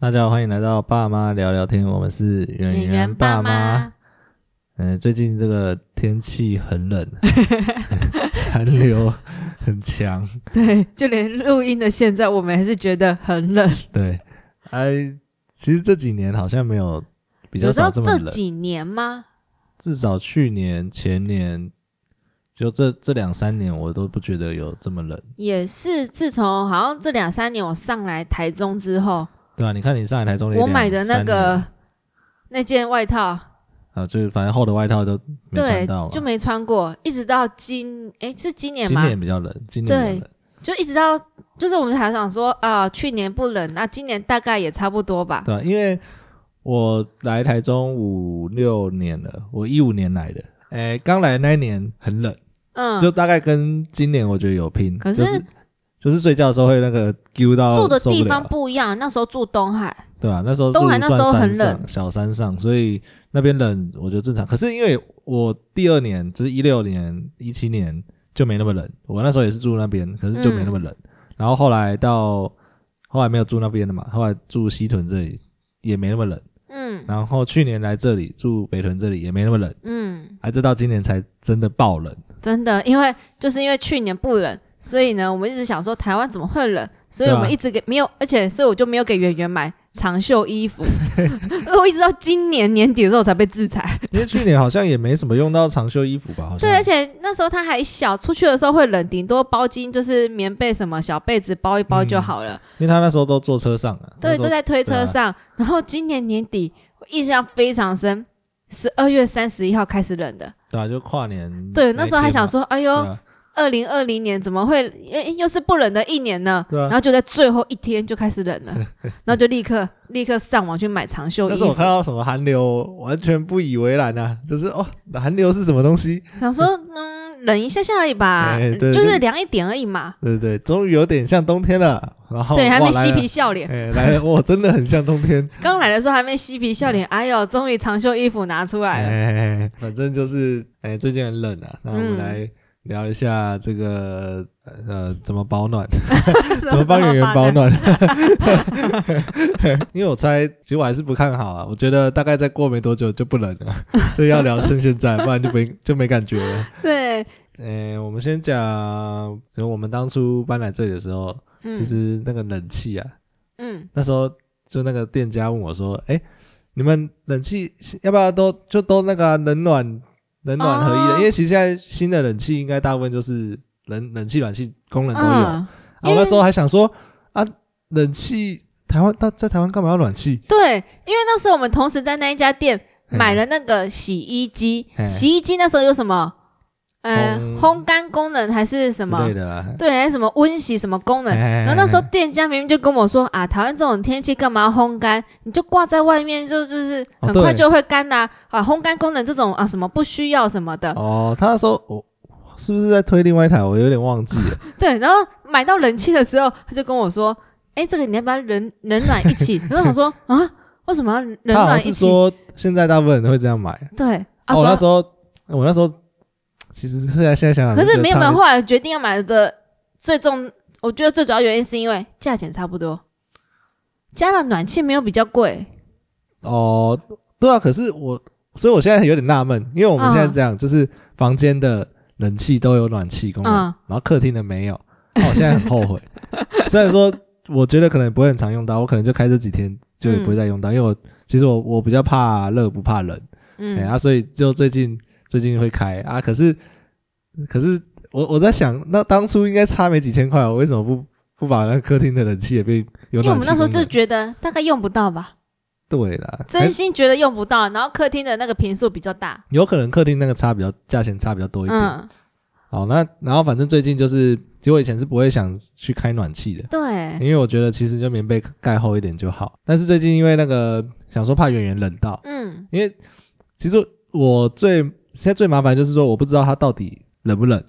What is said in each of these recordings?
大家好，欢迎来到爸妈聊聊天，我们是圆圆爸妈。嗯、最近这个天气很 冷，寒流很强，对，就连录音的现在，我们还是觉得很冷。对，哎，其实这几年好像没有比较少到这么这冷，几年吗？至少去年、前年，就这这两三年，我都不觉得有这么冷。也是自从好像这两三年我上来台中之后，对啊，你看你上海、台中，我买的那啊个，那件外套，就是反正厚的外套都没穿对到，啊嘛。就没穿过，一直到今诶，是今年今吗？年比较冷，今年比较冷就一直到就是我们还想说啊、去年不冷，那、今年大概也差不多吧。对啊，因为我来台中五六年了，我一五年来的，哎，刚来那一年很冷，嗯，就大概跟今年我觉得有拼，可就是是就是睡觉的时候会那个丢到住的受不地了啊方不一样，那时候住东海，对啊，那时候东住海那时候算山很上冷小山上，所以那边冷我觉得正常。可是因为我第二年就是一六年、一七年就没那么冷，我那时候也是住那边，可是就没那么嗯冷。然后后来到后来没有住那边了嘛，后来住西屯这里也没那么冷。嗯然后去年来这里住北屯这里也没那么冷，嗯，啊，这到今年才真的爆冷。真的，因为就是因为去年不冷，所以呢，我们一直想说台湾怎么会冷，所以对啊我们一直给、没有，而且所以我就没有给圆圆买长袖 衣服，我一直到今年年底的时候才被制裁。因为去年好像也没什么用到长袖衣服吧，好像对，而且那时候他还小，出去的时候会冷，顶多包巾就是棉被什么小被子包一包就好了。因为他那时候都坐车上了，嗯那对，时都候在推对啊车上。然后今年年底我印象非常深，十二月三十一号开始冷的。对啊，就跨年对，那时候还想说，说，哎对呦，啊二零二零年怎么会诶又是不冷的一年呢？对啊然后就在最后一天就开始冷 了，然后就立刻立刻上网去买长袖那衣时候我服，看到什么寒流，完全不以为然啊，就是哦，寒流是什么东西？想说，嗯，冷一下下而已吧， 哎对就对是凉一点而已嘛。对对对，终于有点像冬天了。然后对，还哦哇没来嬉了皮 笑脸，哎，来了，哇，真的很像冬 天。刚来的时候还没嬉皮嗯笑脸，哎呦，终于长袖衣服拿出来了。哎，反正就是哎，最近很冷啊，那我们嗯来聊一下这个呃怎么保暖，哎 怎么帮演员保暖。因为我猜，其实我还是不看好啊。我觉得大概再过没多久就不冷了， 所以要聊趁现在，不然就没就没感觉了。对，哎，我们先讲，只有我们当初搬来这里的时候，嗯，其实那个冷气啊，嗯，那时候就那个店家问我说：“哎、你们冷气要不要都就都那个啊、冷暖冷暖合一的？哦因为其实现在新的冷气应该大部分就是冷冷气、暖气功能都有。啊，嗯，我因为那时候还想说啊，冷气台湾到在台湾干嘛要暖气？对，因为那时候我们同时在那一家店嗯买了那个洗衣机嗯，洗衣机那时候有什么？呃，烘烘干功能还是什之么类？的啦。对，还是什么温洗什么功能？然然后那时候店家明明就跟我说啊，台湾这种天气干嘛烘干？你就挂在外面，就就是哦很对快就会干啦、啊。烘干功能这种啊，什么不需要什么的。哦，他那时候我、是不是在推另外一台？我有点忘记了。对，然后买到冷气的时候，他就跟我说：“哎，这个你要不要冷冷暖一起？” 然后我想说啊，为什么要冷他好暖像是一起？说现在大部分人会这样买。对啊，哦我主要那时候我那时候其实现在现在想想，可是就没有差没有，点后来决定要买的最重，我觉得最主要原因是因为价钱差不多，加了暖气没有比较贵。哦，对啊，可是我，所以我现在有点纳闷，因为我们嗯现在这样，就是房间的冷气都有暖气功能，嗯然后客厅的没有，那我现在很后悔。 虽然说我觉得可能也不会很常用到，我可能就开这几天就也不会嗯再用到，因为我其实我我比较怕热不怕冷，哎、嗯，啊，所以就最近最近会开啊，可是可是我我在想，那当初应该差没几千块，我为什么不不把那客厅的冷气也变有哎因为我暖气们那时候就功能觉得大概用不到吧，对啦，还真心觉得用不到。然后客厅的那个频数比较大，有可能客厅那个差比较价钱差比较多一点。嗯，好，那然后反正最近就是，其实我以前是不会想去开暖气的，对，因为我觉得其实就棉被盖厚一点就好。但是最近因为那个想说怕远远冷到，嗯因为其实我最现在最麻烦就是说我不知道它到底冷不冷。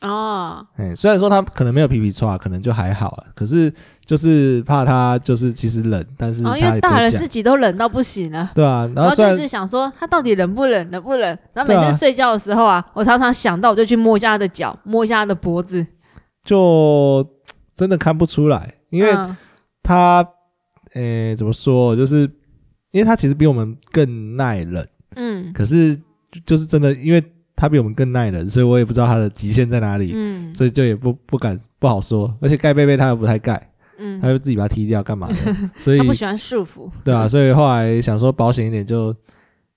哦，哎，虽然说它可能没有皮皮刷，可能就还好了，可是就是怕它就是其实冷，但是然它后哦因为也不大会人讲自。己都冷到不行了。对啊，然然后后虽就然一直想说他到底冷不冷，冷不冷？然后对啊每次睡觉的时候啊，我常常想到，我就去摸一下他的脚，摸一下他的脖子，就真的看不出来，因为嗯它诶、怎么说？就是因为它其实比我们更耐冷，嗯可是就就是真的，因为它比我们更耐冷，所以我也不知道它的极限在哪里，嗯所以就也不不敢不好说。而且盖被被它又不太盖，嗯，它就自己把它踢掉干嘛的？所以他不喜欢束缚，对啊，所以后来想说保险一点就，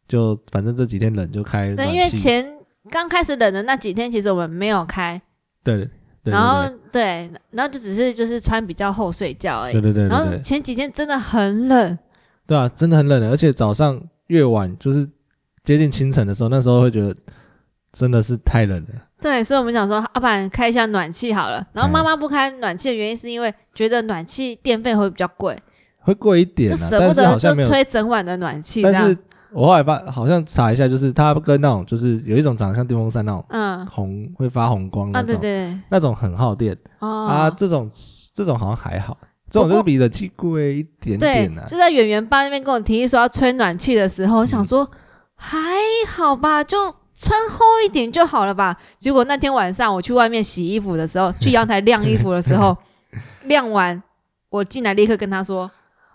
就反正这几天冷就开暖对，气，因为前刚开始冷的那几天，其实我们没有开，对对对，然后对，然后就只是就是穿比较厚睡觉而对已。对对对然后对前几天真的很冷，对啊，真的很冷的，而且早上越晚就是接近清晨的时候，那时候会觉得真的是太冷了。对，所以我们想说，啊要不然开一下暖气好了。然后嗯妈妈不开暖气的原因是因为觉得暖气电费会比较贵，会贵一点就啊，舍但不是得好就像没有。吹整晚的暖气这但样是。我后来发，好像查一下，就是它跟那种就是有一种长得像电风扇那种嗯红会发红光那啊，对种，对那种很耗电、哦啊。这种这种好像还好，这种就是比冷气贵一点对点啊，。嗯就在演员班那边跟我提议说要吹暖气的时候，我想说还好吧，就穿厚一点就好了吧。结果那天晚上我去外面洗衣服的 时候，去阳台晾衣服的时候，晾完我进来立刻跟他说。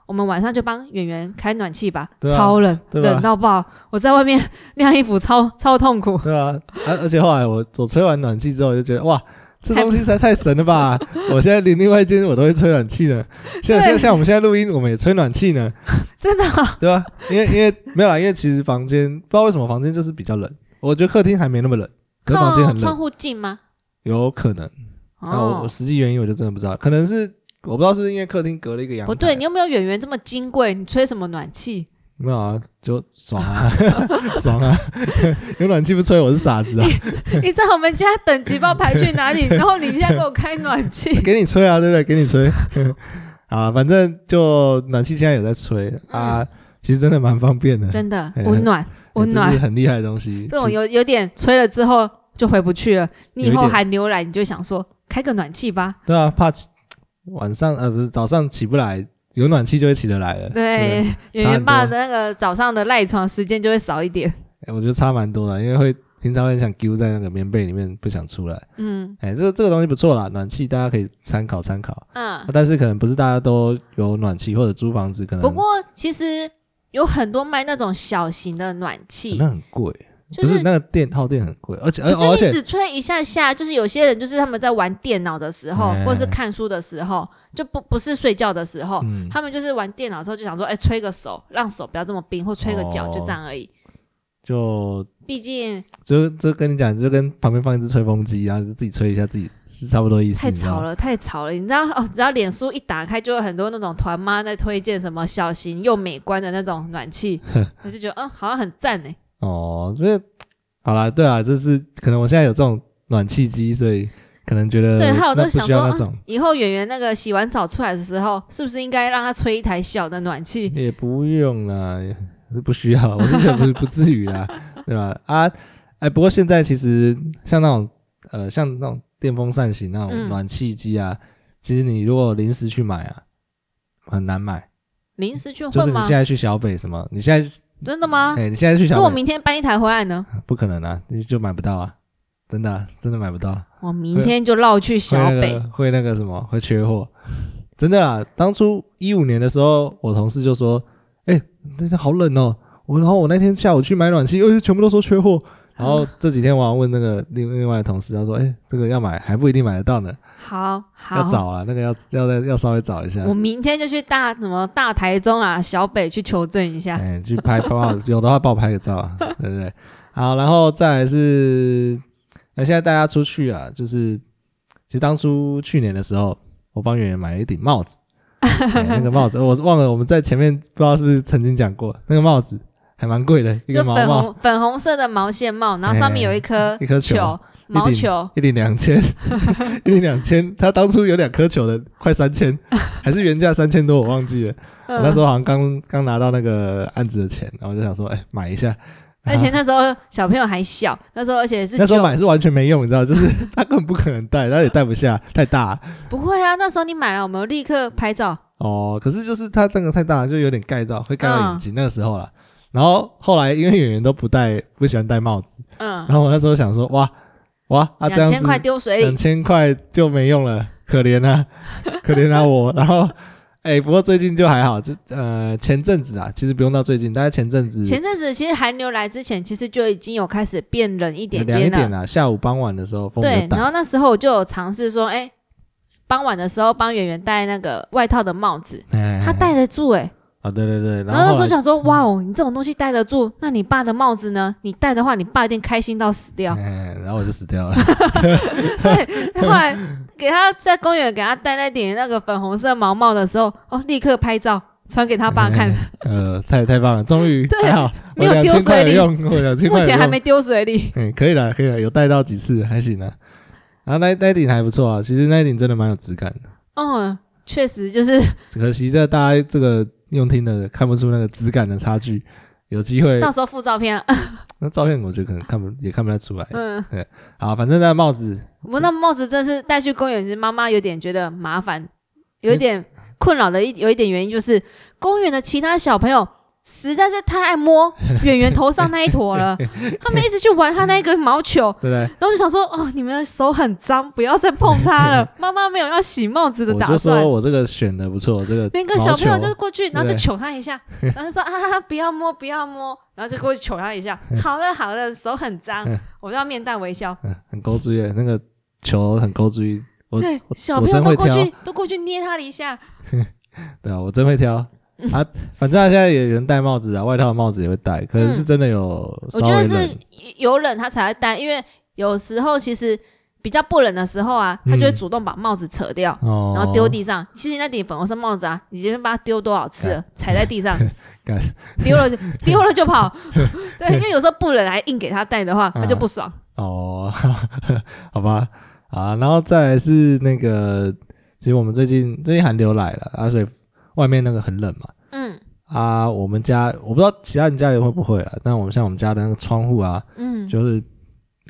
我们晚上就帮演员开暖气吧，对啊超冷，对吧冷到爆！我在外面晾衣服超超痛苦， 对啊，而、而且后来我我吹完暖气之后，我就觉得哇，这还东西实在太神了吧！我现在连另外一间我都会吹暖气呢，像像像我们现在录音，我们也吹暖气呢，真的啊、对吧、因为因为没有啦，因为其实房间不知道为什么房间就是比较冷，我觉得客厅还没那么冷，可是房间靠很窗冷，户近吗？有可能。那我我哦，实际原因我就真的不知道，可能是我不知道是不是因为客厅隔了一个阳台，不对，你又没有演员这么金贵，你吹什么暖气？没有啊，就爽啊， 爽啊， 有暖气不吹我是傻子啊， 你在我们家等级包排去哪里？然后你现在给我开暖气，给你吹啊，对不对？给你吹 啊，反正就暖气现在有在吹啊，其实真的蛮方便的， 真的哎温暖温这暖是。很厉害的东西。这种有有点吹了之后就回不去了，你以有一后点还牛奶，你就想说开个暖气吧。对啊，怕起晚上呃不是早上起不来，有暖气就会起得来了。对，啊圆差圆很爸多的那个早上的赖床时间就会少一 点。哎我觉得差蛮多的，因为会平常会很想丢在那个棉被里面，不想出来。嗯哎，这个这个东西不错啦，暖气大家可以参考参考、啊嗯，但是可能不是大家都有暖气，或者租房子可能不过其实有很多卖那种小型的暖气，那很贵，就不是是那个电耗电很贵，而且而可而且是你只吹一下下，就是有些人就是他们在玩电脑的时候，哎或者是看书的时候，就不不是睡觉的时候，嗯他们就是玩电脑的时候就想说，哎、吹个手，让手不要这么冰，或吹个脚，哦就这样而已。就毕竟就就跟你讲，就跟旁边放一只吹风机，啊然后就自己吹一下自己，是差不多意思。太你知道吵吗。了，太吵了，你知道哦？只要脸书一打开，就有很多那种团妈在推荐什么小型又美观的那种 暖气，我就觉得嗯，好像很赞呢。哦，所以好啦，对啊，就是可能我现在有这种暖气机，所以可能觉得对还有那都想不需要说啊那种，以后圆圆那个洗完澡出来的时候，是不是应该让她吹一台小的暖气？也不用啦，也是不需要，我是觉得不不至于啦，对吧？啊，哎，不过现在其实像那种呃，像那种电风扇型那种嗯暖气机啊，其实你如果临时去买啊，很难买，临时去就会是你吗现？在去小北什么，你现在真的吗？哎，你现在去如小果北。明天搬一台回来呢？不可能啊，你就买不到啊，真的啊、真的买不到。我明天就绕去小会那北个。会那个什么会缺货， 真的啊。当初一五年的时候，我同事就说：“哎、那天好冷哦。”我然后我那天下午去买暖气，哎，全部都说缺货。啊然后这几天我还问那个另另外的同事，他说：“哎、这个要买还不一定买得到呢，好要好，找啊，那个要要再要稍微找一下。我明天就去大什么大台中啊、小北去求证一下。哎、去拍爆，有的话帮我拍个照啊，对不对？好，然后再来是，那现在大家出去啊，就是其实当初去年的时候，我帮圆圆买了一顶帽子，哎那个帽子我忘了我们在前面不知道是不是曾经讲过，那个帽子还蛮贵的，一就个毛粉帽红粉红色的毛线帽，然后上面有一颗哎一颗球球，一毛顶球。一顶两 千，一顶两千，他当初有两颗球的，快三千，还是原价三千多，我忘记了。我那时候候，好像刚刚拿到那个案子的钱，然后我就想说，哎、买一下。而且那时候小朋友还小，那时候而且是那时候九买是完全没用，你知道，就是 他根本不可能带，他也带不下，太大不会啊，那时候你买了，我们立刻拍照。哦。可是就是他那个太大，就有点盖到，会盖到嗯眼睛、那个时候啦。然后后来因为演员都不戴，不喜欢戴帽子，嗯然，后我那时候想说，哇哇啊这两样千块子丢水两 里，千块就没用了，可怜啊，可怜啊我。然后哎、哎、不过最近就还好，就呃前阵子啊，其实不用到最近，大概前阵子前阵子其实寒流来之前，其实就已经有开始变冷一点凉一点了。呃点啦、啊下午傍晚的时候风比较对，然大，后那时候我就有尝试说，哎、傍晚的时候帮圆圆戴那个外套的帽子，哎她戴得住哎、啊，对对对，然后那然时后嗯候后想说，哇哦，你这种东西戴得住，那你爸的帽子呢？你戴的话，你爸一定开心到死来掉。哎，然后我就死掉了，后来给他在公园给他戴那顶那个粉红色毛帽的时候，哦，立刻拍照传给他 爸看，呃，太太棒了，终于对还好，我没有两丢千块水有里用，我两千块目有前还用没丢水里。嗯，可以了，可以了，有带到几次，还行啊。然后那那一顶还不错啊，其实那一顶真的蛮有质感的，嗯，确实就是可惜在大家这个用听的看不出那个质感的差距。有机会，到时候附照片、啊。那照片我觉得可能看不也看不太出来。嗯，好，反正那帽子我那帽子真是带去公园，其实妈妈有点觉得麻烦，有一点困扰的一有一点原因就是公园的其他小朋友。实在是太爱摸圆圆头上那一坨 了，他们一直去玩他那个毛球，对不然后就想说，哦，你们的手很脏，不要再碰它了。妈妈没有要洗帽子对？的我打就算说，我这个选的不错，这个每个毛小朋友球就过去，然后就对求他 一下，然后就说啊，不要摸，不要摸，然后就过去求他一 下。好了好了，手很脏嗯，我都要面带微笑。嗯很勾注意，那个球很勾注意。我对，小我朋友真都会过去挑，都过去捏他了一下。对啊，我真 会挑啊。反正他现在也有人戴帽子啊，外套的帽子也会戴，可能是嗯真的有稍我觉得微是冷。有冷他才会戴，因为有时候其实比较不冷的时候啊，他就会嗯主动把帽子扯掉。哦，然后丢地上。其实那顶粉红色帽子啊，你今天把它丢多少次了？踩在地上 干，丢了就丢了 就跑。对，因为有时候不忍还硬给他戴的话，嗯他就不爽。哦， 好吧，啊，然后再来是那个，其实我们最近最近寒流来了啊，所以外面那个很冷嘛。嗯啊，我们家我不知道其他人家里会不会啊，但我们像我们家的那个窗户啊，嗯，就是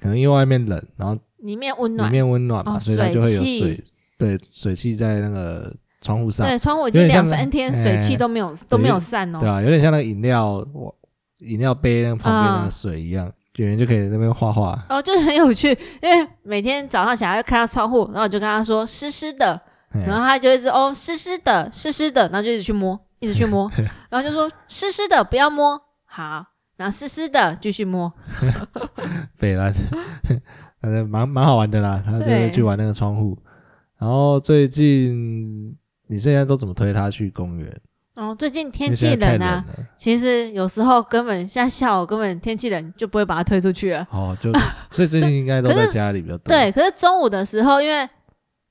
可能因为外面冷，然后里面温里暖。面温暖嘛，哦所以它就会有水汽水，对，水汽在那个窗户上，对，窗户有已经点像两三天哎水汽都没有都没有散对哦。啊，有点像那个饮料我饮料杯那个旁边那嗯个水一样，演员就可以在那边画画，然后就很有趣，因为每天早上起来看到窗户，然后我就跟他说湿湿的，哎然后他就一直哦湿湿的湿湿的，然后就一直去摸，一直去 摸，然后就说湿湿的不要摸，好，然后湿湿的继续摸，北 兰，反正蛮蛮好玩的啦。他就对是去玩那个窗户，然后最近你现在都怎么推他去公园？哦，最近因天为气现在太冷冷啊，了其实有时候根本像下午根本天气冷就不会把它推出去了。哦，就所以最近应该都可在是家里比较多。 对，可是中午的时候，因为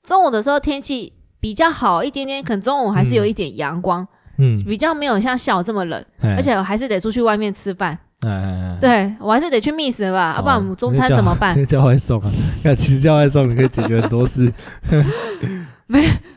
中午的时候天气比较好一点点，可能中午还是有一点阳光，嗯，比较没有像下午这么冷，而而且我还是得出去外面吃饭。哎哎，哎对我还是得去觅食吧，要、啊不然我们中餐怎么办？ 那叫外送啊，那其实叫外送你可以解决很多 事。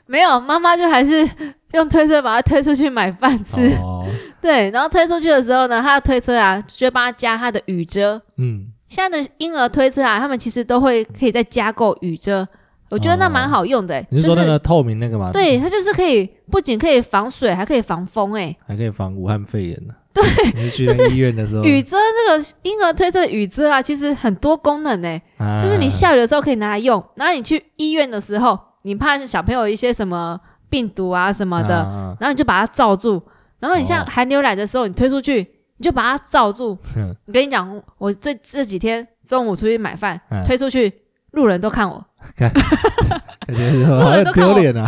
没有，妈妈就还是 用推车把它推出去买饭吃。哦，对，然后推出去的时候呢，他的推车啊，就会帮他加他的雨遮，嗯，现在的婴儿推车啊，他们其实都会可以再加购雨遮，我觉得那蛮好用的、欸哦你是就说那是个透明那个吗？，对它就是可以不仅可以防水，还可以防风、欸。还可以防武汉肺炎呢。对，你去那医院的时候，雨遮这个婴儿推车的雨遮啊，其实很多功能诶、啊就是你下雨的时候可以拿来用，然后你去医院的时候，你怕小朋友一些什么病毒啊什么的，啊然后你就把它罩住，然后你像哦寒流来的时候，你推出去。你就把它罩住嗯。我跟你讲，我这这几天中午出去买饭，嗯推出去，路人都看我， 感觉好像都看丢我脸啊。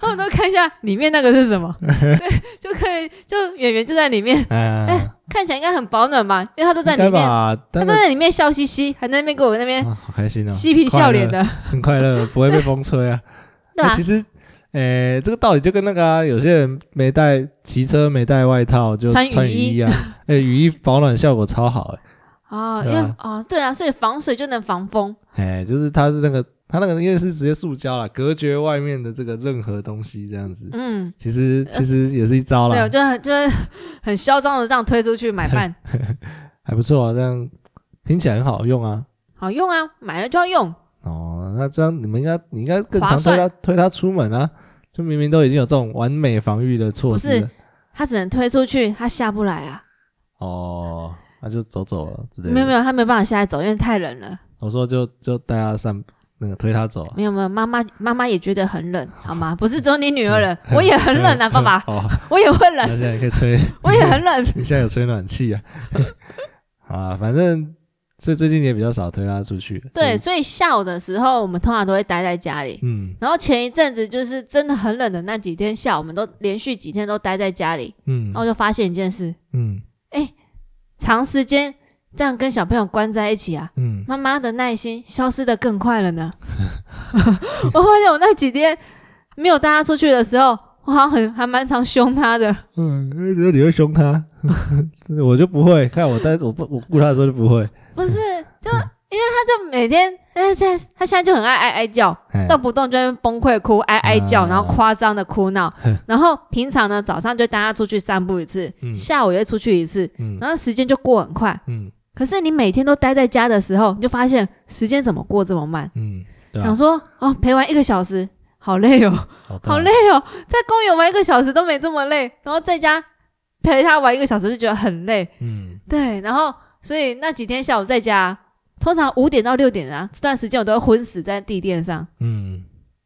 他们都看一下里面那个是什么，对，就可以就演员就在里面，哎哎。看起来应该很保暖吧，因为他都在应该里面，吧，他但都是在里面笑嘻嘻，还在那边给我那边啊，好开心哦，嬉皮笑脸的，很快乐，很快乐，不会被风吹啊。对吧那其？实，诶、这个道理就跟那个啊，有些人没带骑车没带外套就穿穿雨雨衣啊，哎、雨衣保暖效果超好、哦，因对为啊哦，对啊，所以防水就能防风，哎、哎，就是它是那个它那个因为是直接塑胶啦，隔绝外面的这个任何东西这样子，嗯，其实其实也是一招对，我啊啦，就很就是很嚣张的这样推出去 买饭，还不错啊，这样听起来很好用啊。好用啊，买了就要用，哦，那这样你们应该你应该更常划推算他推他出门啊，就明明都已经有这种完美防御的措不施是了。他只能推出去，他下不来啊，哦，那就走走了之类的。没有没有，他没办法下来走，因为太冷了，我说就就带他散，那个推他走啊。没有没有，妈妈妈妈也觉得很冷，好吗？不是只有你 女儿冷，我也很冷啊，爸爸，哦，我也会那冷，现在可以吹， 我也很冷。 你现在有吹暖气啊？ 啊，反正所以最近也比较少推他出去。对，，所以下午的时候，我们通常都会待在家里。嗯然后前一阵子就是真的很冷的那几天下，午，我们都连续几天都待在家里，嗯然后就发现一件事：嗯长时间这样跟小朋友关在一起啊，嗯，妈妈的耐心消失的更快了 呢。 我发现我那几天没有带他出去的时候，我好像很还蛮常凶他的。嗯，那你会凶他， 我就不会。看我，但是我不我顾他的时候就不会。不是，就因为他就每天，他现在他现在就很爱哀哀叫，哎动不动就在那边崩溃哭，哀哀叫，啊然后夸张的哭闹哼。然后平常呢，早上就带他出去散步一次，嗯下午也出去一次，嗯然后时间就过很快。嗯可是你每天都待在家的时候，你就发现时间怎么过这么慢？嗯，对啊想，说哦，陪玩一个小时，好累哦，好好累。累哦，在公园玩一个小时都没这么累，然后在家陪他玩一个小时就觉得很累。嗯对，然后所以那几天下午在家，通常五点到六点啊，这段时间我都会昏死在地垫上。嗯，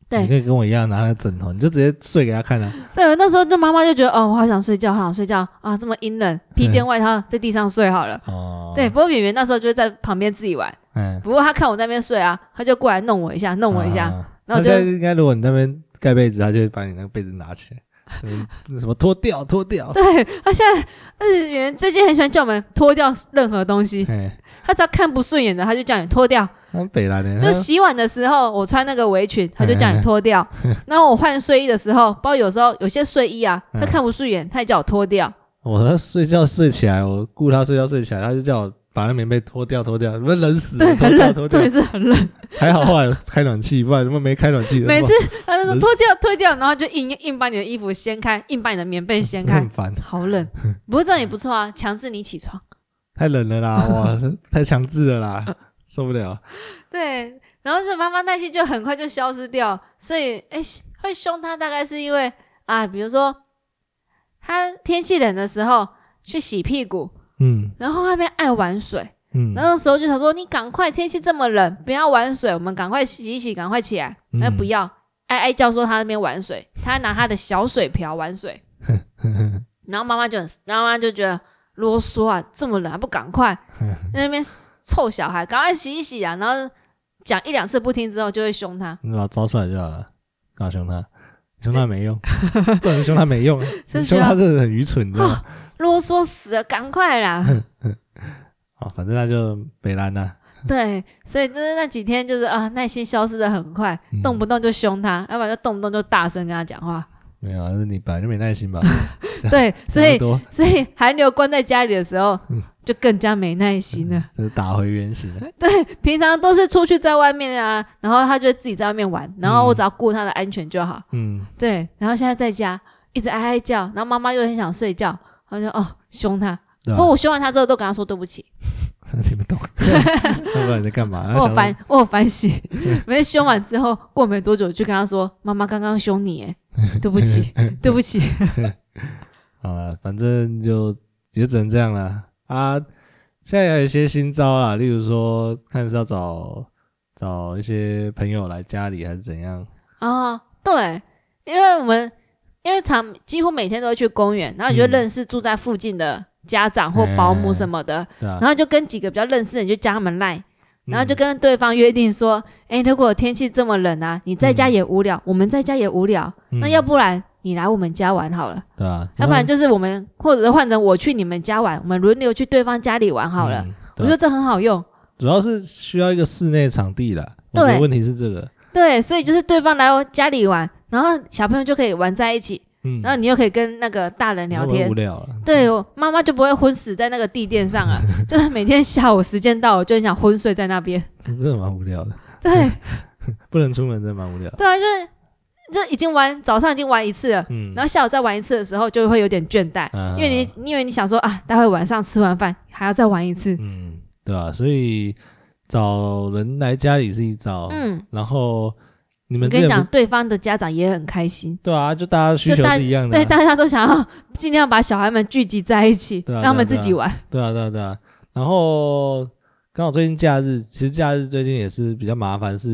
对你可以跟我一样拿那个枕头，你就直接睡给他看啊。对，那时候就妈妈就觉得，哦，我好想睡觉，好想睡觉啊，这么阴冷，披件外套在地上睡好了。哦，对，，不过圆圆那时候就在旁边自己玩，嗯， 不过她看我在那边睡啊，她就过来弄我一下，弄我一下，啊然那后就现在应该，如果你那边盖被子，他就会把你那个被子拿起来， 嗯，那什么脱掉，脱掉。 对，她现在，但是圆圆最近很喜欢叫我们脱掉任何东西，哎，她只要看不顺眼的，她就叫你脱掉。那北欸兰的，就洗碗的时候，我穿那个围 裙，她就叫你脱掉。然后我换睡衣的时候，包括有时候有些睡衣啊，嗯她看不顺眼，她也叫我脱掉。我睡觉睡起来，我顾他睡觉睡起来，他就叫我把那棉被脱掉脱掉，你们冷死对，了，脱很掉冷，脱重掉点。是很冷。还好后来开暖气，不然他妈没开暖气的，每次他就说冷脱掉脱掉，然后就硬硬把你的衣服掀开，硬把你的棉被掀真开 很，烦，好冷。不过这样也不错啊，强制你起床。太冷了啦，哇，太强制了啦，受不了。对，然后就妈妈耐心就很快就消失掉，所以哎会凶他，大概是因为啊，比如说他天气冷的时候去洗屁股，嗯然后那边爱玩水，嗯，那时候就想说你赶快，天气这么冷，不要玩水，我们赶快洗一洗，赶快起来。嗯那不要，哀哀叫说他那边玩水，他拿他的小水瓢 玩水。然后妈妈就很，然后妈妈就觉得啰嗦啊，这么冷还不 赶快，在那边臭小孩，赶快洗一洗啊！然后讲一两次不听之后，就会凶他。你把他抓出来就好了，搞凶他，凶他没用， 这种凶他没用， 这需凶要他真的很愚蠢，你 知道吗？啰嗦死了，赶 快啦！啊，反正他就北兰啊 呐，对，所以就是那几天就是啊，耐心消失的很快，嗯动不动就凶他，要不然就动不动就大声跟他 讲话。没有，还是你本来就没耐心吧？对， 所差以不多 所以寒流关在家里的时候，嗯就更加没耐心了。就是打回原形 了。平常都是出去在外面啊，然后他就自己在外面玩，然后我只要顾他的安全就好。嗯，对，然后现在在家一直哀哀叫，然后妈妈又很想睡觉，然后就哦凶他。对不吧过？我凶完他之后都跟他说对不起， 你们懂， 不知道你在干 嘛。他啊想我有说反我有反 省。每次凶完之后，过没多久就跟他说：“妈妈刚刚凶你，耶，对不 起，对不起。好了，啊反正就也只能这样了啊。现在还有一些新招啦，例如说看是要找找一些朋友来家里，还是怎样？”哦，对，因为我们因为常几乎每天都会去公园，然后你就嗯认识住在附近的家长或保姆什么的，对啊，然后就跟几个比较认识的，你就加他们赖，然后就嗯跟对方约定说，哎、如果天气这么冷啊，你在家也无聊，我们在家也无聊，那嗯要不然你来我们家玩好了，对啊，要不然就是我们或者是换成我去你们家玩，我们轮流去对方家里玩好了。嗯我对啊觉得这很好用，主要是需要一个室内场地啦。我对觉得问题是这个，对，所以就是对方来我家里玩，然后小朋友就可以玩在一起，嗯，然后你又可以跟那个大人聊会不会天无。聊啊了。对，我妈妈就不会昏死在那个地垫上啊，就是每天下午时间到，我就很想昏睡在那边。 真的蛮无聊的，对，不能出门真的蛮无聊的。对啊，就是就已经玩早上已经玩一次了，嗯，然后下午再玩一次的时候就会有点倦怠，啊因为你你因为你想说啊，待会晚上吃完饭还要再玩一次，嗯，对啊，所以找人来家里是一招，嗯，然后哦你我们之跟你前不讲，是对方的家长也很开心。对啊，就大家需就求大是一样的啊，对，大家都想要尽量把小孩们聚集在一起，对啊让他们自己玩。对啊，对啊，对啊。然后刚好最近假日，其实假日最近也是比较麻烦，是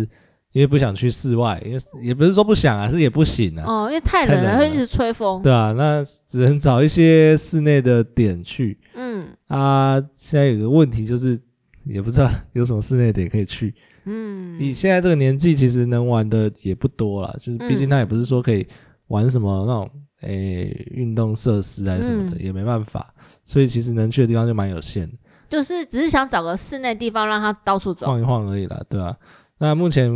因为不想去室外，因为也不是说不想啊，是也不行啊。哦，因为太冷太了，冷会一了直吹风。对啊，那只能找一些室内的点去嗯啊。现在有个问题就是，也不知道有什么室内的点可以去。嗯你现在这个年纪，其实能玩的也不多了，嗯就是毕竟他也不是说可以玩什么那种诶运、动设施还是什嗯么的，也没办法。所以其实能去的地方就蛮有限的，就是只是想找个室内地方让他到处走。晃一晃而已啦，对吧、啊那目前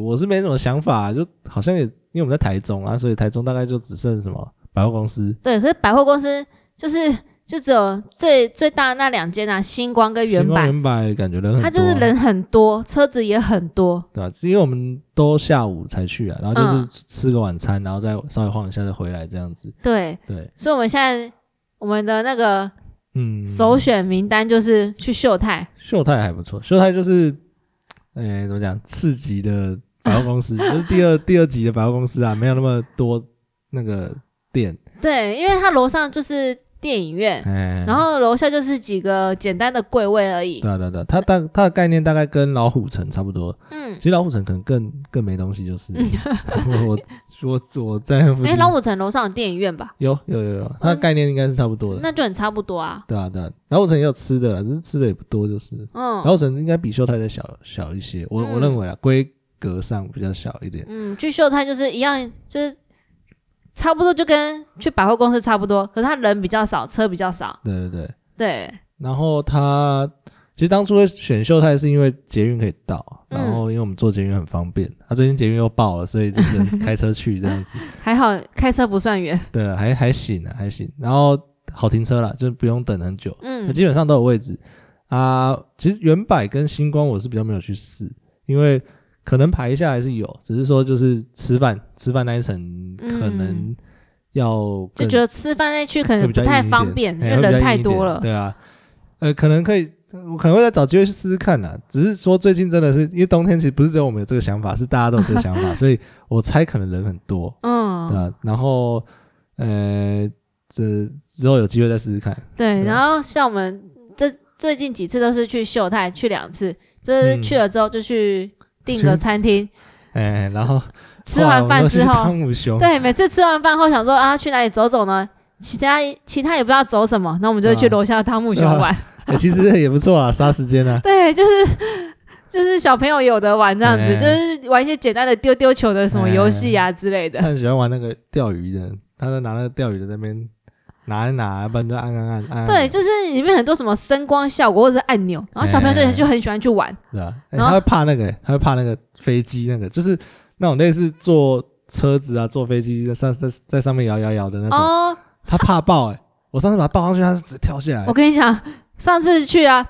我是没什么想法，就好像也因为我们在台中啊，所以台中大概就只剩什么百货公司、对，可是百货公司就是就只有最最大的那两间啊，星光跟原星光版，原版感觉人很多、啊，它就是人很多，车子也很多。对吧、啊因为我们都下午才去啊，然后就是嗯吃个晚餐，然后再稍微晃一下再回来这样子。对，对，所以我们现在我们的那个嗯，首选名单就是去秀泰，秀泰还不错，秀泰就是，诶、怎么讲，次级的百货公 司，就是第二第二级的百货公司啊，没有那么多那个店，对，因为它楼上就是电影院，哎、嗯然后楼下就是几个简单的柜位而已。对啊对啊对啊，它大它的概念大概跟老虎城差不多，嗯其，实老虎城可能更更没东西，就是 我我我我在那附哎、近，老虎嗯城楼上有电影院吧？有有有有，它的概念应该是差不多的，那就很差不多啊。对啊对啊，老虎城也有吃的，只是吃的也不多，就是嗯老虎城应该比秀泰再小小一些，我我嗯认为啊，规格上比较小一点。嗯，去秀泰就是一样，就是差不多就跟去百货公司差不多，可是他人比较少，车比较少。对对对，对，然后他其实当初会选秀泰是因为捷运可以到，嗯然后因为我们坐捷运很方便，他、最近捷运又爆了，所以就是开车去这样子。还好开车不算远。对了，还还行啊，还行。然后好停车啦，就是不用等很久，那嗯基本上都有位置啊、其实原百跟星光我是比较没有去试，因为可能排一下还是有，只是说就是吃饭吃饭那一层可能嗯要就更觉得吃饭那区可会能比不较太硬一方点便，哎会因为比较人硬太一点多了。对啊，呃，可能可以，我可能会再找机会去试试看啦。只是说最近真的是因为冬天，其实不是只有我们有这个想法，是大家都有这个想 法，所以我猜可能人很多，对嗯，啊。然后呃，这之后有机会再试试看。对。对啊然后像我们这最近几次都是去秀泰，去两次，就是嗯去了之后就去订个去 餐厅，哎，然后吃完饭之哇我们，都后去汤姆熊，对，每次吃完饭后想说啊，去哪里走走呢？其他其他也不知道走什么，那我们就会去对啊楼下的汤姆 熊玩。 哎其实也不错啊，杀时间啊。 对，就是就是小朋友有的玩这样子，哎就是玩一些简单的丢丢球的什么游戏啊之类的。他很喜欢玩那个钓鱼的，他就拿那个钓鱼的在那边拿一拿，不然就按按按按按。 对，就是里面很多什么声光效果或者是按钮，然后小朋友就哎就很喜欢去玩。对啊，欸、然后他会怕那个、欸，他会怕那个飞机那个，就是那种类似坐车子啊、坐飞机在上在在上面摇摇摇的那种，哦，他怕爆哎、欸我上次把他抱上去，他是直接跳下来我。跟你讲，上次去啊，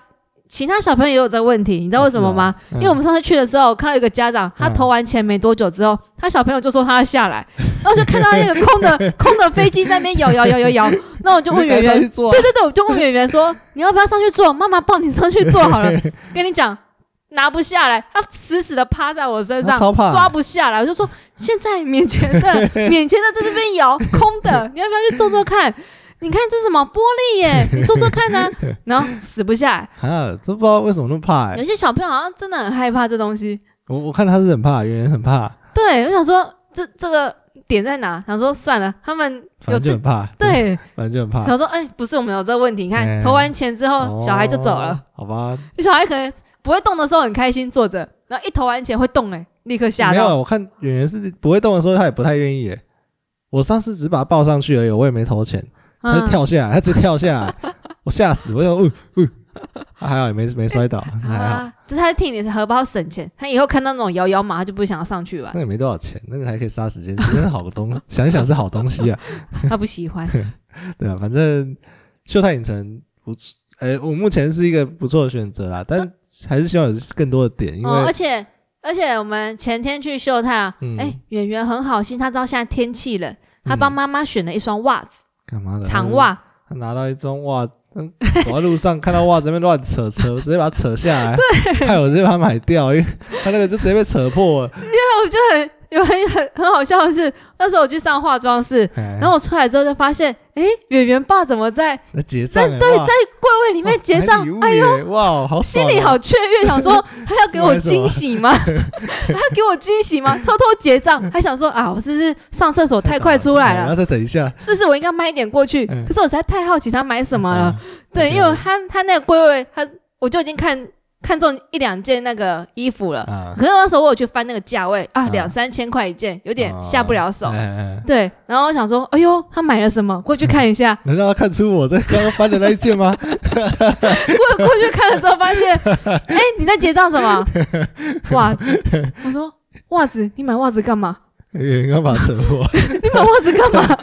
其他小朋友也有这个问题，你知道为什么吗？是哦嗯因为我们上次去的时候，我看到一个家长，他嗯投完钱没多久之后，他小朋友就说他要下来，然后就看到那个空 的空的飞机在那边摇摇摇摇摇，那我就问你赶圆快上圆，去坐、啊 对，对对，我就问圆圆说，你要不要上去坐？妈妈抱你上去坐 好了。跟你讲，拿不下来，他死死的趴在我身上他超，怕抓不下来。我就说，现在免钱的 免钱的在这边摇，空的，你要不要去坐坐看？你看这是什么玻璃耶？你坐坐看 呢、然后死不下来。啊，这不知道为什么那么怕、欸有，些小朋友好像真的很害怕这东西。我我看他是很怕，圆圆很怕，对，我想说这这个点在哪？想说算了，他们反有正就自很怕，，对，反正就很怕。想说哎、不是我们有这个问题。你看哎投完钱之后，哦小孩就走了。哦，好吧？小孩可能不会动的时候很开心坐着，然后一投完钱会动、欸，立刻吓没有，到。我看圆圆是不会动的时候，他也不太愿意、欸。我上次只把他抱上去而已，我也没投钱。他就嗯，跳下来， 他直接跳下来，我吓死，我想，哦、哦，他还好也没没摔倒，还好，啊，就是他替你的荷包省钱，他以后看到那种摇摇马，他就不想要 上去玩那，也没多少钱，那个还可以杀时间，真是好东 西，想一想是好东西啊，他不喜欢。对啊，反正秀泰影城不错，哎，我目前是一个不错的选择啦，但还是希望有更多的点，因哦，而为且而且我们前天去秀泰啊，嗯哎、圆圆很好心，他知道现在天气冷，他帮嗯妈妈选了一双袜子，干嘛的长，袜。他拿到一双袜。嗯 走在路上看到袜子在那边乱扯扯，直接把它扯下来，害我直接把它买掉，因为他那个就直接被扯破了。对，我就很有很很很好笑的是，那时候我去上化妆室，然然后我出来之后就发现，哎，圆圆爸怎么在那结账欸对在柜位里面结账？哎呦，呦，哇，好爽心哦，里好雀跃，想 说他要给我惊喜吗？ 他要给我惊喜吗？偷偷结账，还想说啊，我是不是上厕所太快出来然了后？哎再等一下，是不是我应该慢一点过去？嗯可是我实在太好奇他买什么了。啊？对，嗯因为他他那个柜位，他我就已经看看中一两件那个衣服 了。啊，可是那时候我有去翻那个价位啊，啊两三千块一件，有点下不了手。哎哎哎。对，然后我想说，哎呦，他买了什么？过去看一下难道要看出我在刚刚翻的那一件吗？ 过过去看了之后，发现，哎，你在结账什么？ 袜子。我说袜子，你买袜子干嘛？你干嘛扯我？你买袜子干嘛？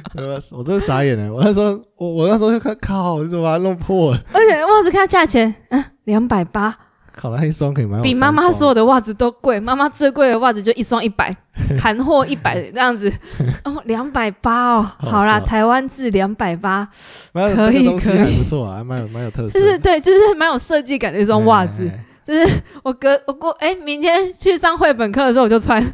我真的傻眼欸了。我那时候，我我那时候就看，靠，我就把它弄破了。而且袜子看价钱，嗯，两百八，靠，那一双可以买我比三妈妈双所有的袜子都贵，妈妈最贵的袜子就一双 一百，韩货一百这样子，哦，两百八哦，好好啦，笑台湾制两百八，蛮有可以这个东西可以还不错啊，还蛮有蛮有特色就的。是对，就是蛮有设计感的一双袜子哎。，哎就是我隔我过哎、明天去上绘本课的时候我 就穿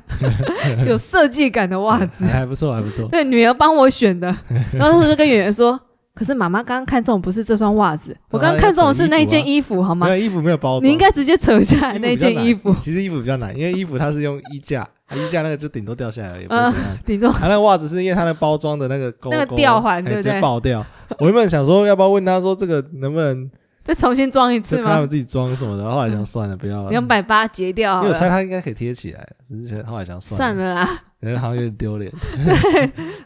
有设计感的袜子哎，还还不错，还不 错。对，女儿帮我选 的，然后我就跟圆圆说。可是妈妈刚刚看中的不是这双 袜子，我刚刚看中的是那一件衣服，好 吗没？有衣服没有包装，你应该直接扯下衣服来那比较件衣服难，其实衣服比较难，因为衣服它是用衣架，啊衣架那个就顶多掉下来而已，也不啊会怎样。顶多他、那个袜子是因为它的包装的那个勾那个勾吊环哎对不直接对爆掉。我原本想说，要不要问他说这个能不能再重新装一就次看他吗们？自己装什么的，后来想算了，不要了。两百八结掉因好为我猜了，他应该可以贴起来，只是后来想算了，了啦。感觉好像有点 丢脸。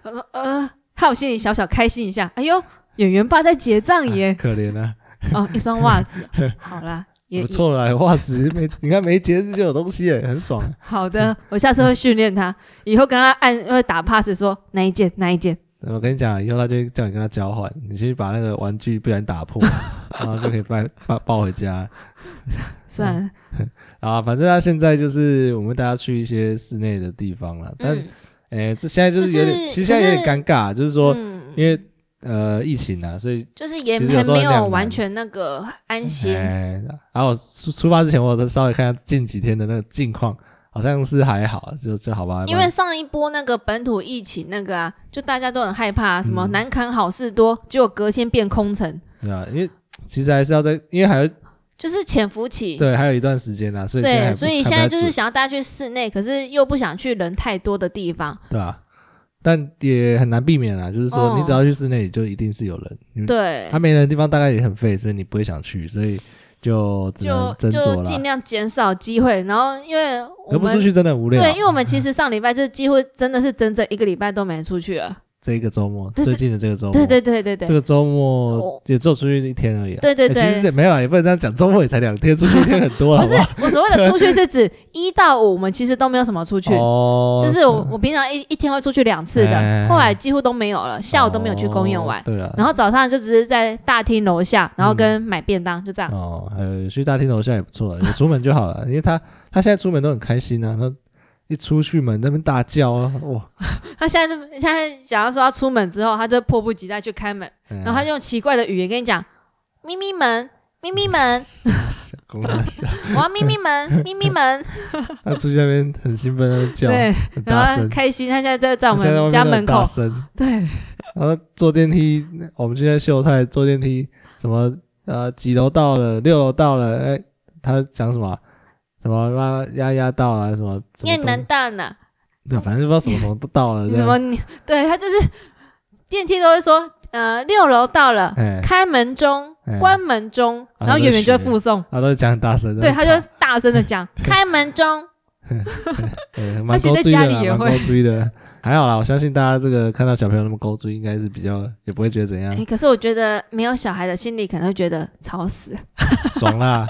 我说呃，害我心里小小开心一下。哎呦，演员爸在结账耶！ 可怜啊，哦，一双袜 子，好啦，也不错啦，袜子没你看没节日就有东西耶，很爽。也好的，我下次会训练他，以后跟他按会打 pass 说那一件那一件，我跟你讲，以后他就叫你跟他交换，你去把那个玩具不小心打 破，然后就可以抱抱抱回家。算了，啊，反正他现在就是我们带他去一些室内的地方了，但嗯诶、这现在就是有点，就是其实现在有点尴尬，就是说，嗯，因为呃疫情啊，所以就是也其实有还时候哎没很两有难完全那个安诶，心，然后出出发之前，我再稍微看一下近几天的那个近况，好像是还好，就就好吧。因为上一波那个本土疫情那个啊，就大家都很害怕，啊什么嗯南坎好事多，结果隔天变空城，对啊，因为其实还是要在，因为还有就是潜伏期，对还有一段时间啦，所以现在还对，不所以看现不在太就是准想要大家去室内，可是又不想去人太多的地方。对啊，但也很难避免啦，就是说哦你只要去室内，就一定是有人，你对嗯他，没人的地方大概也很废，所以你不会想去，所以就只能就斟就酌尽啦。量减少机会。然后因为我可不出们去真的很无聊。嗯对，因为我们其实上礼拜这几乎真的是整整一个礼拜都没出去了。这一个周末，对最对近的这个周末，对对对对哦这对。个周我末也只有出去一天而已啊。对对欸对其实也没有啦，也不能这样讲，周末也才两天，出去一天很多 了，不好是好？我所谓的出去是指一到五，我们其实都没有什么出去，哦，就是我我平常一一天会出去两次的，哎后来几乎都没有了，下午都没有去公园哦玩，对了，然后早上就只是在大厅楼下，然后跟买便当就这样。哦，呃，去大厅楼下也不错啊，有出门就好了，因为他他现在出门都很开心啊，他一出去门那边大叫啊，哇，他现在就现在，假如说要出门之后，他就迫不及待去开门，然然后他就用奇怪的语言跟你讲：“咪咪们，咪咪们，公他笑，我要咪咪们，咪咪们。 他出去那边很兴奋，那边”叫，对，很大然后声，开心，他现在就在我现在外们面家都很门口大。声， 对，然后坐电梯，我们今天秀泰坐电梯，什么呃几楼到了，六楼到了，哎，他讲什么啊？什么妈丫丫到了，什么什么越东南，蛋呐，对反正不知道什么什么都到了，你这怎么样，你？对他就是电梯都会说：“呃，六楼到了，哎，开门中，哎关门中。”啊然他后在远远就会学附送，他都讲很大声，对，很他吵就大声 的讲：“开门中。哎蛮其实高在追家的里也啦，蛮会高追的，还好啦，我相信大家这个看到小朋友那么高追，应该是比较也不会觉得怎样哎，，可是我觉得没有小孩的心里可能会觉得吵死了。，爽啊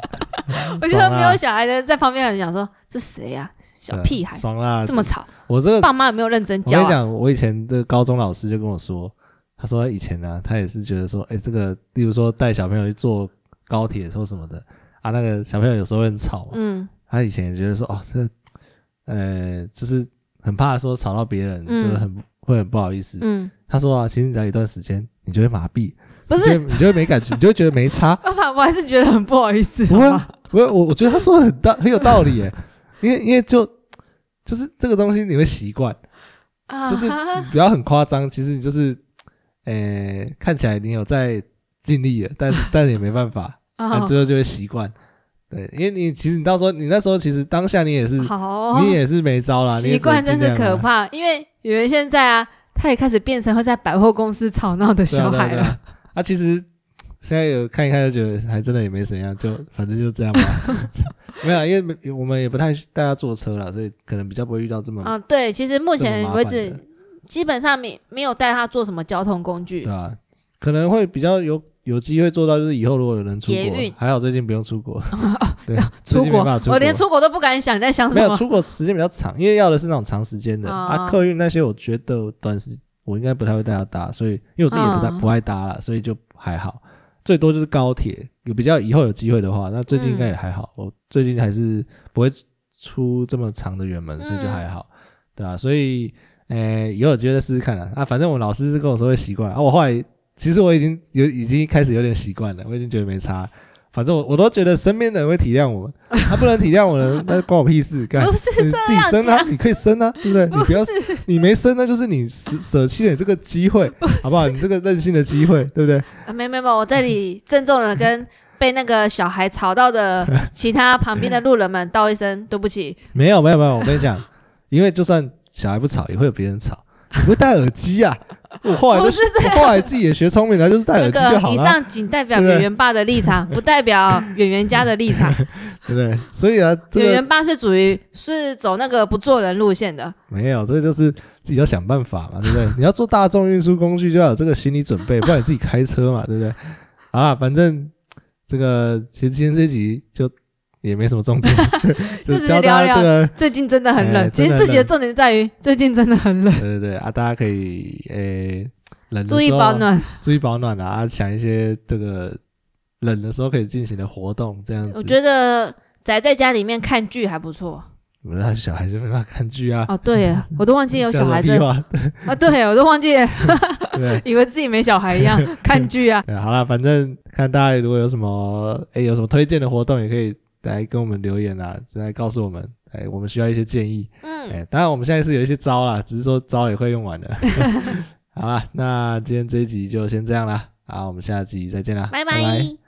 啦我觉得没有爽啦小孩的人在旁边很想说：“这谁呀、 小屁孩对爽啦这，么吵，我这个爸妈有没有认真我跟教、你啊讲，我以前的高中老师就跟我说，他说以前呢、他也是觉得说，哎、这个，例如说带小朋友去坐高铁或什么的啊，那个小朋友有时候会很吵嘛，？”嗯，他以前也觉得说，哦，这，呃，就是很怕说吵到别人，嗯就是很会很不好意思。嗯，他说啊，其实你只要一段时间，你就会麻痹，不你是，就会你就会没感觉，你就会觉得没差。啊 爸爸，我还是觉得很不好意思。不会啊，不会，我我觉得他说的很大很有道理耶，因为因为就就是这个东西你会习惯，啊就是哈你 不要很夸张，其实你就是，呃，看起来你有在尽力了， 但但也没办法，但啊，最后就会习惯。对，因为你其实你到时候你那时候其实当下你也是好，哦你也是没招啦，你也习惯只能真尽是量啦可怕，因为有人现在啊，他也开始变成会在百货公司吵闹对的啊小对啊孩对了。啊，啊，其实现在有看一看就觉得还真的也没怎样， 就反正就这样吧。 没有啊，因为没我们也不太大家坐车了，所以可能比较不会遇到这么、啊，对，其实目嗯这么前麻为烦止的，基本上没没有带他做什么交通工具对。啊，可能会比较有有机会做到，就是以后如果有人出捷运哦国，还好最近不用出国， 对， 出最近没国办法，出我连出国都不敢想，你在想没什有么？出国时间比较长，因为要的是那种长时间的、哦啊，客运那些我觉得短时我应该不太会带他搭，所以因为我自己也不太、嗯不爱搭啦，所以就还好，最多就是高铁，有比较以后有机会的话，嗯那最近应该也还好，我最近还是不会出这么长的远嗯门，所以就还好，对啊，所以呃以后有机会再试试看啊，啊，反正我老师是跟我说会习惯啊，我后来其实我已经有已经开始有点习惯了，我已经觉得没差。反正我我都觉得身边的人会体谅我们， 他、不能体谅我的，那关我屁事。干不是你自己生啊，你可以生啊，对不对？你不要，你没生那就是你舍舍弃了你这个机 会，好不好？你这个任性的机会，对不对？啊没没没，我这里郑重的跟被那个小孩吵到的其他旁边的路人们道一声 对不起。没有没有没有，我跟你讲， 因为就算小孩不吵，也会有别人吵。你不戴耳机啊？我后来不就是我后来自己也学聪明了，就是戴那耳机就个好以了，上仅代表对不对圆圆爸的立场，不代表圆圆家的立场。 对不对？所以啊，这圆个圆爸是属于是走那个不做人路线的。没有，这个就是自己要想办法嘛，对不 对？你要做大众运输工具，就要有这个心理准备，不然你自己开车嘛，对不对？好啦，反正这个其实今天这集就也没什么 重点，就就是教大家聊聊这个最近真的很冷，哎其真实的自己的冷重点在于最近真的 很冷，对对对啊，大家可以诶、冷的时注候啊意保，暖。注意保暖啊，啊想一些这个冷的时候可以进行的活动，这样子。我觉得宅在家里面看剧还不错。我们小孩就没办法看剧 啊，哦，对耶，我都忘记有讲小什么孩屁子话，啊，对耶，我都忘记耶，对不对。以为自己没小孩一 样看剧啊。对好啦，反正看大家如果有什么诶、有什么推荐的活动，也可以来跟我们留言啊，来告诉我们，诶、我们需要一些建议。哎、嗯，当然我们现在是有一些招啦，只是说招也会用完 的。好啦，那今天这一集就先这样啦，好，我们下集再见啦，拜拜拜。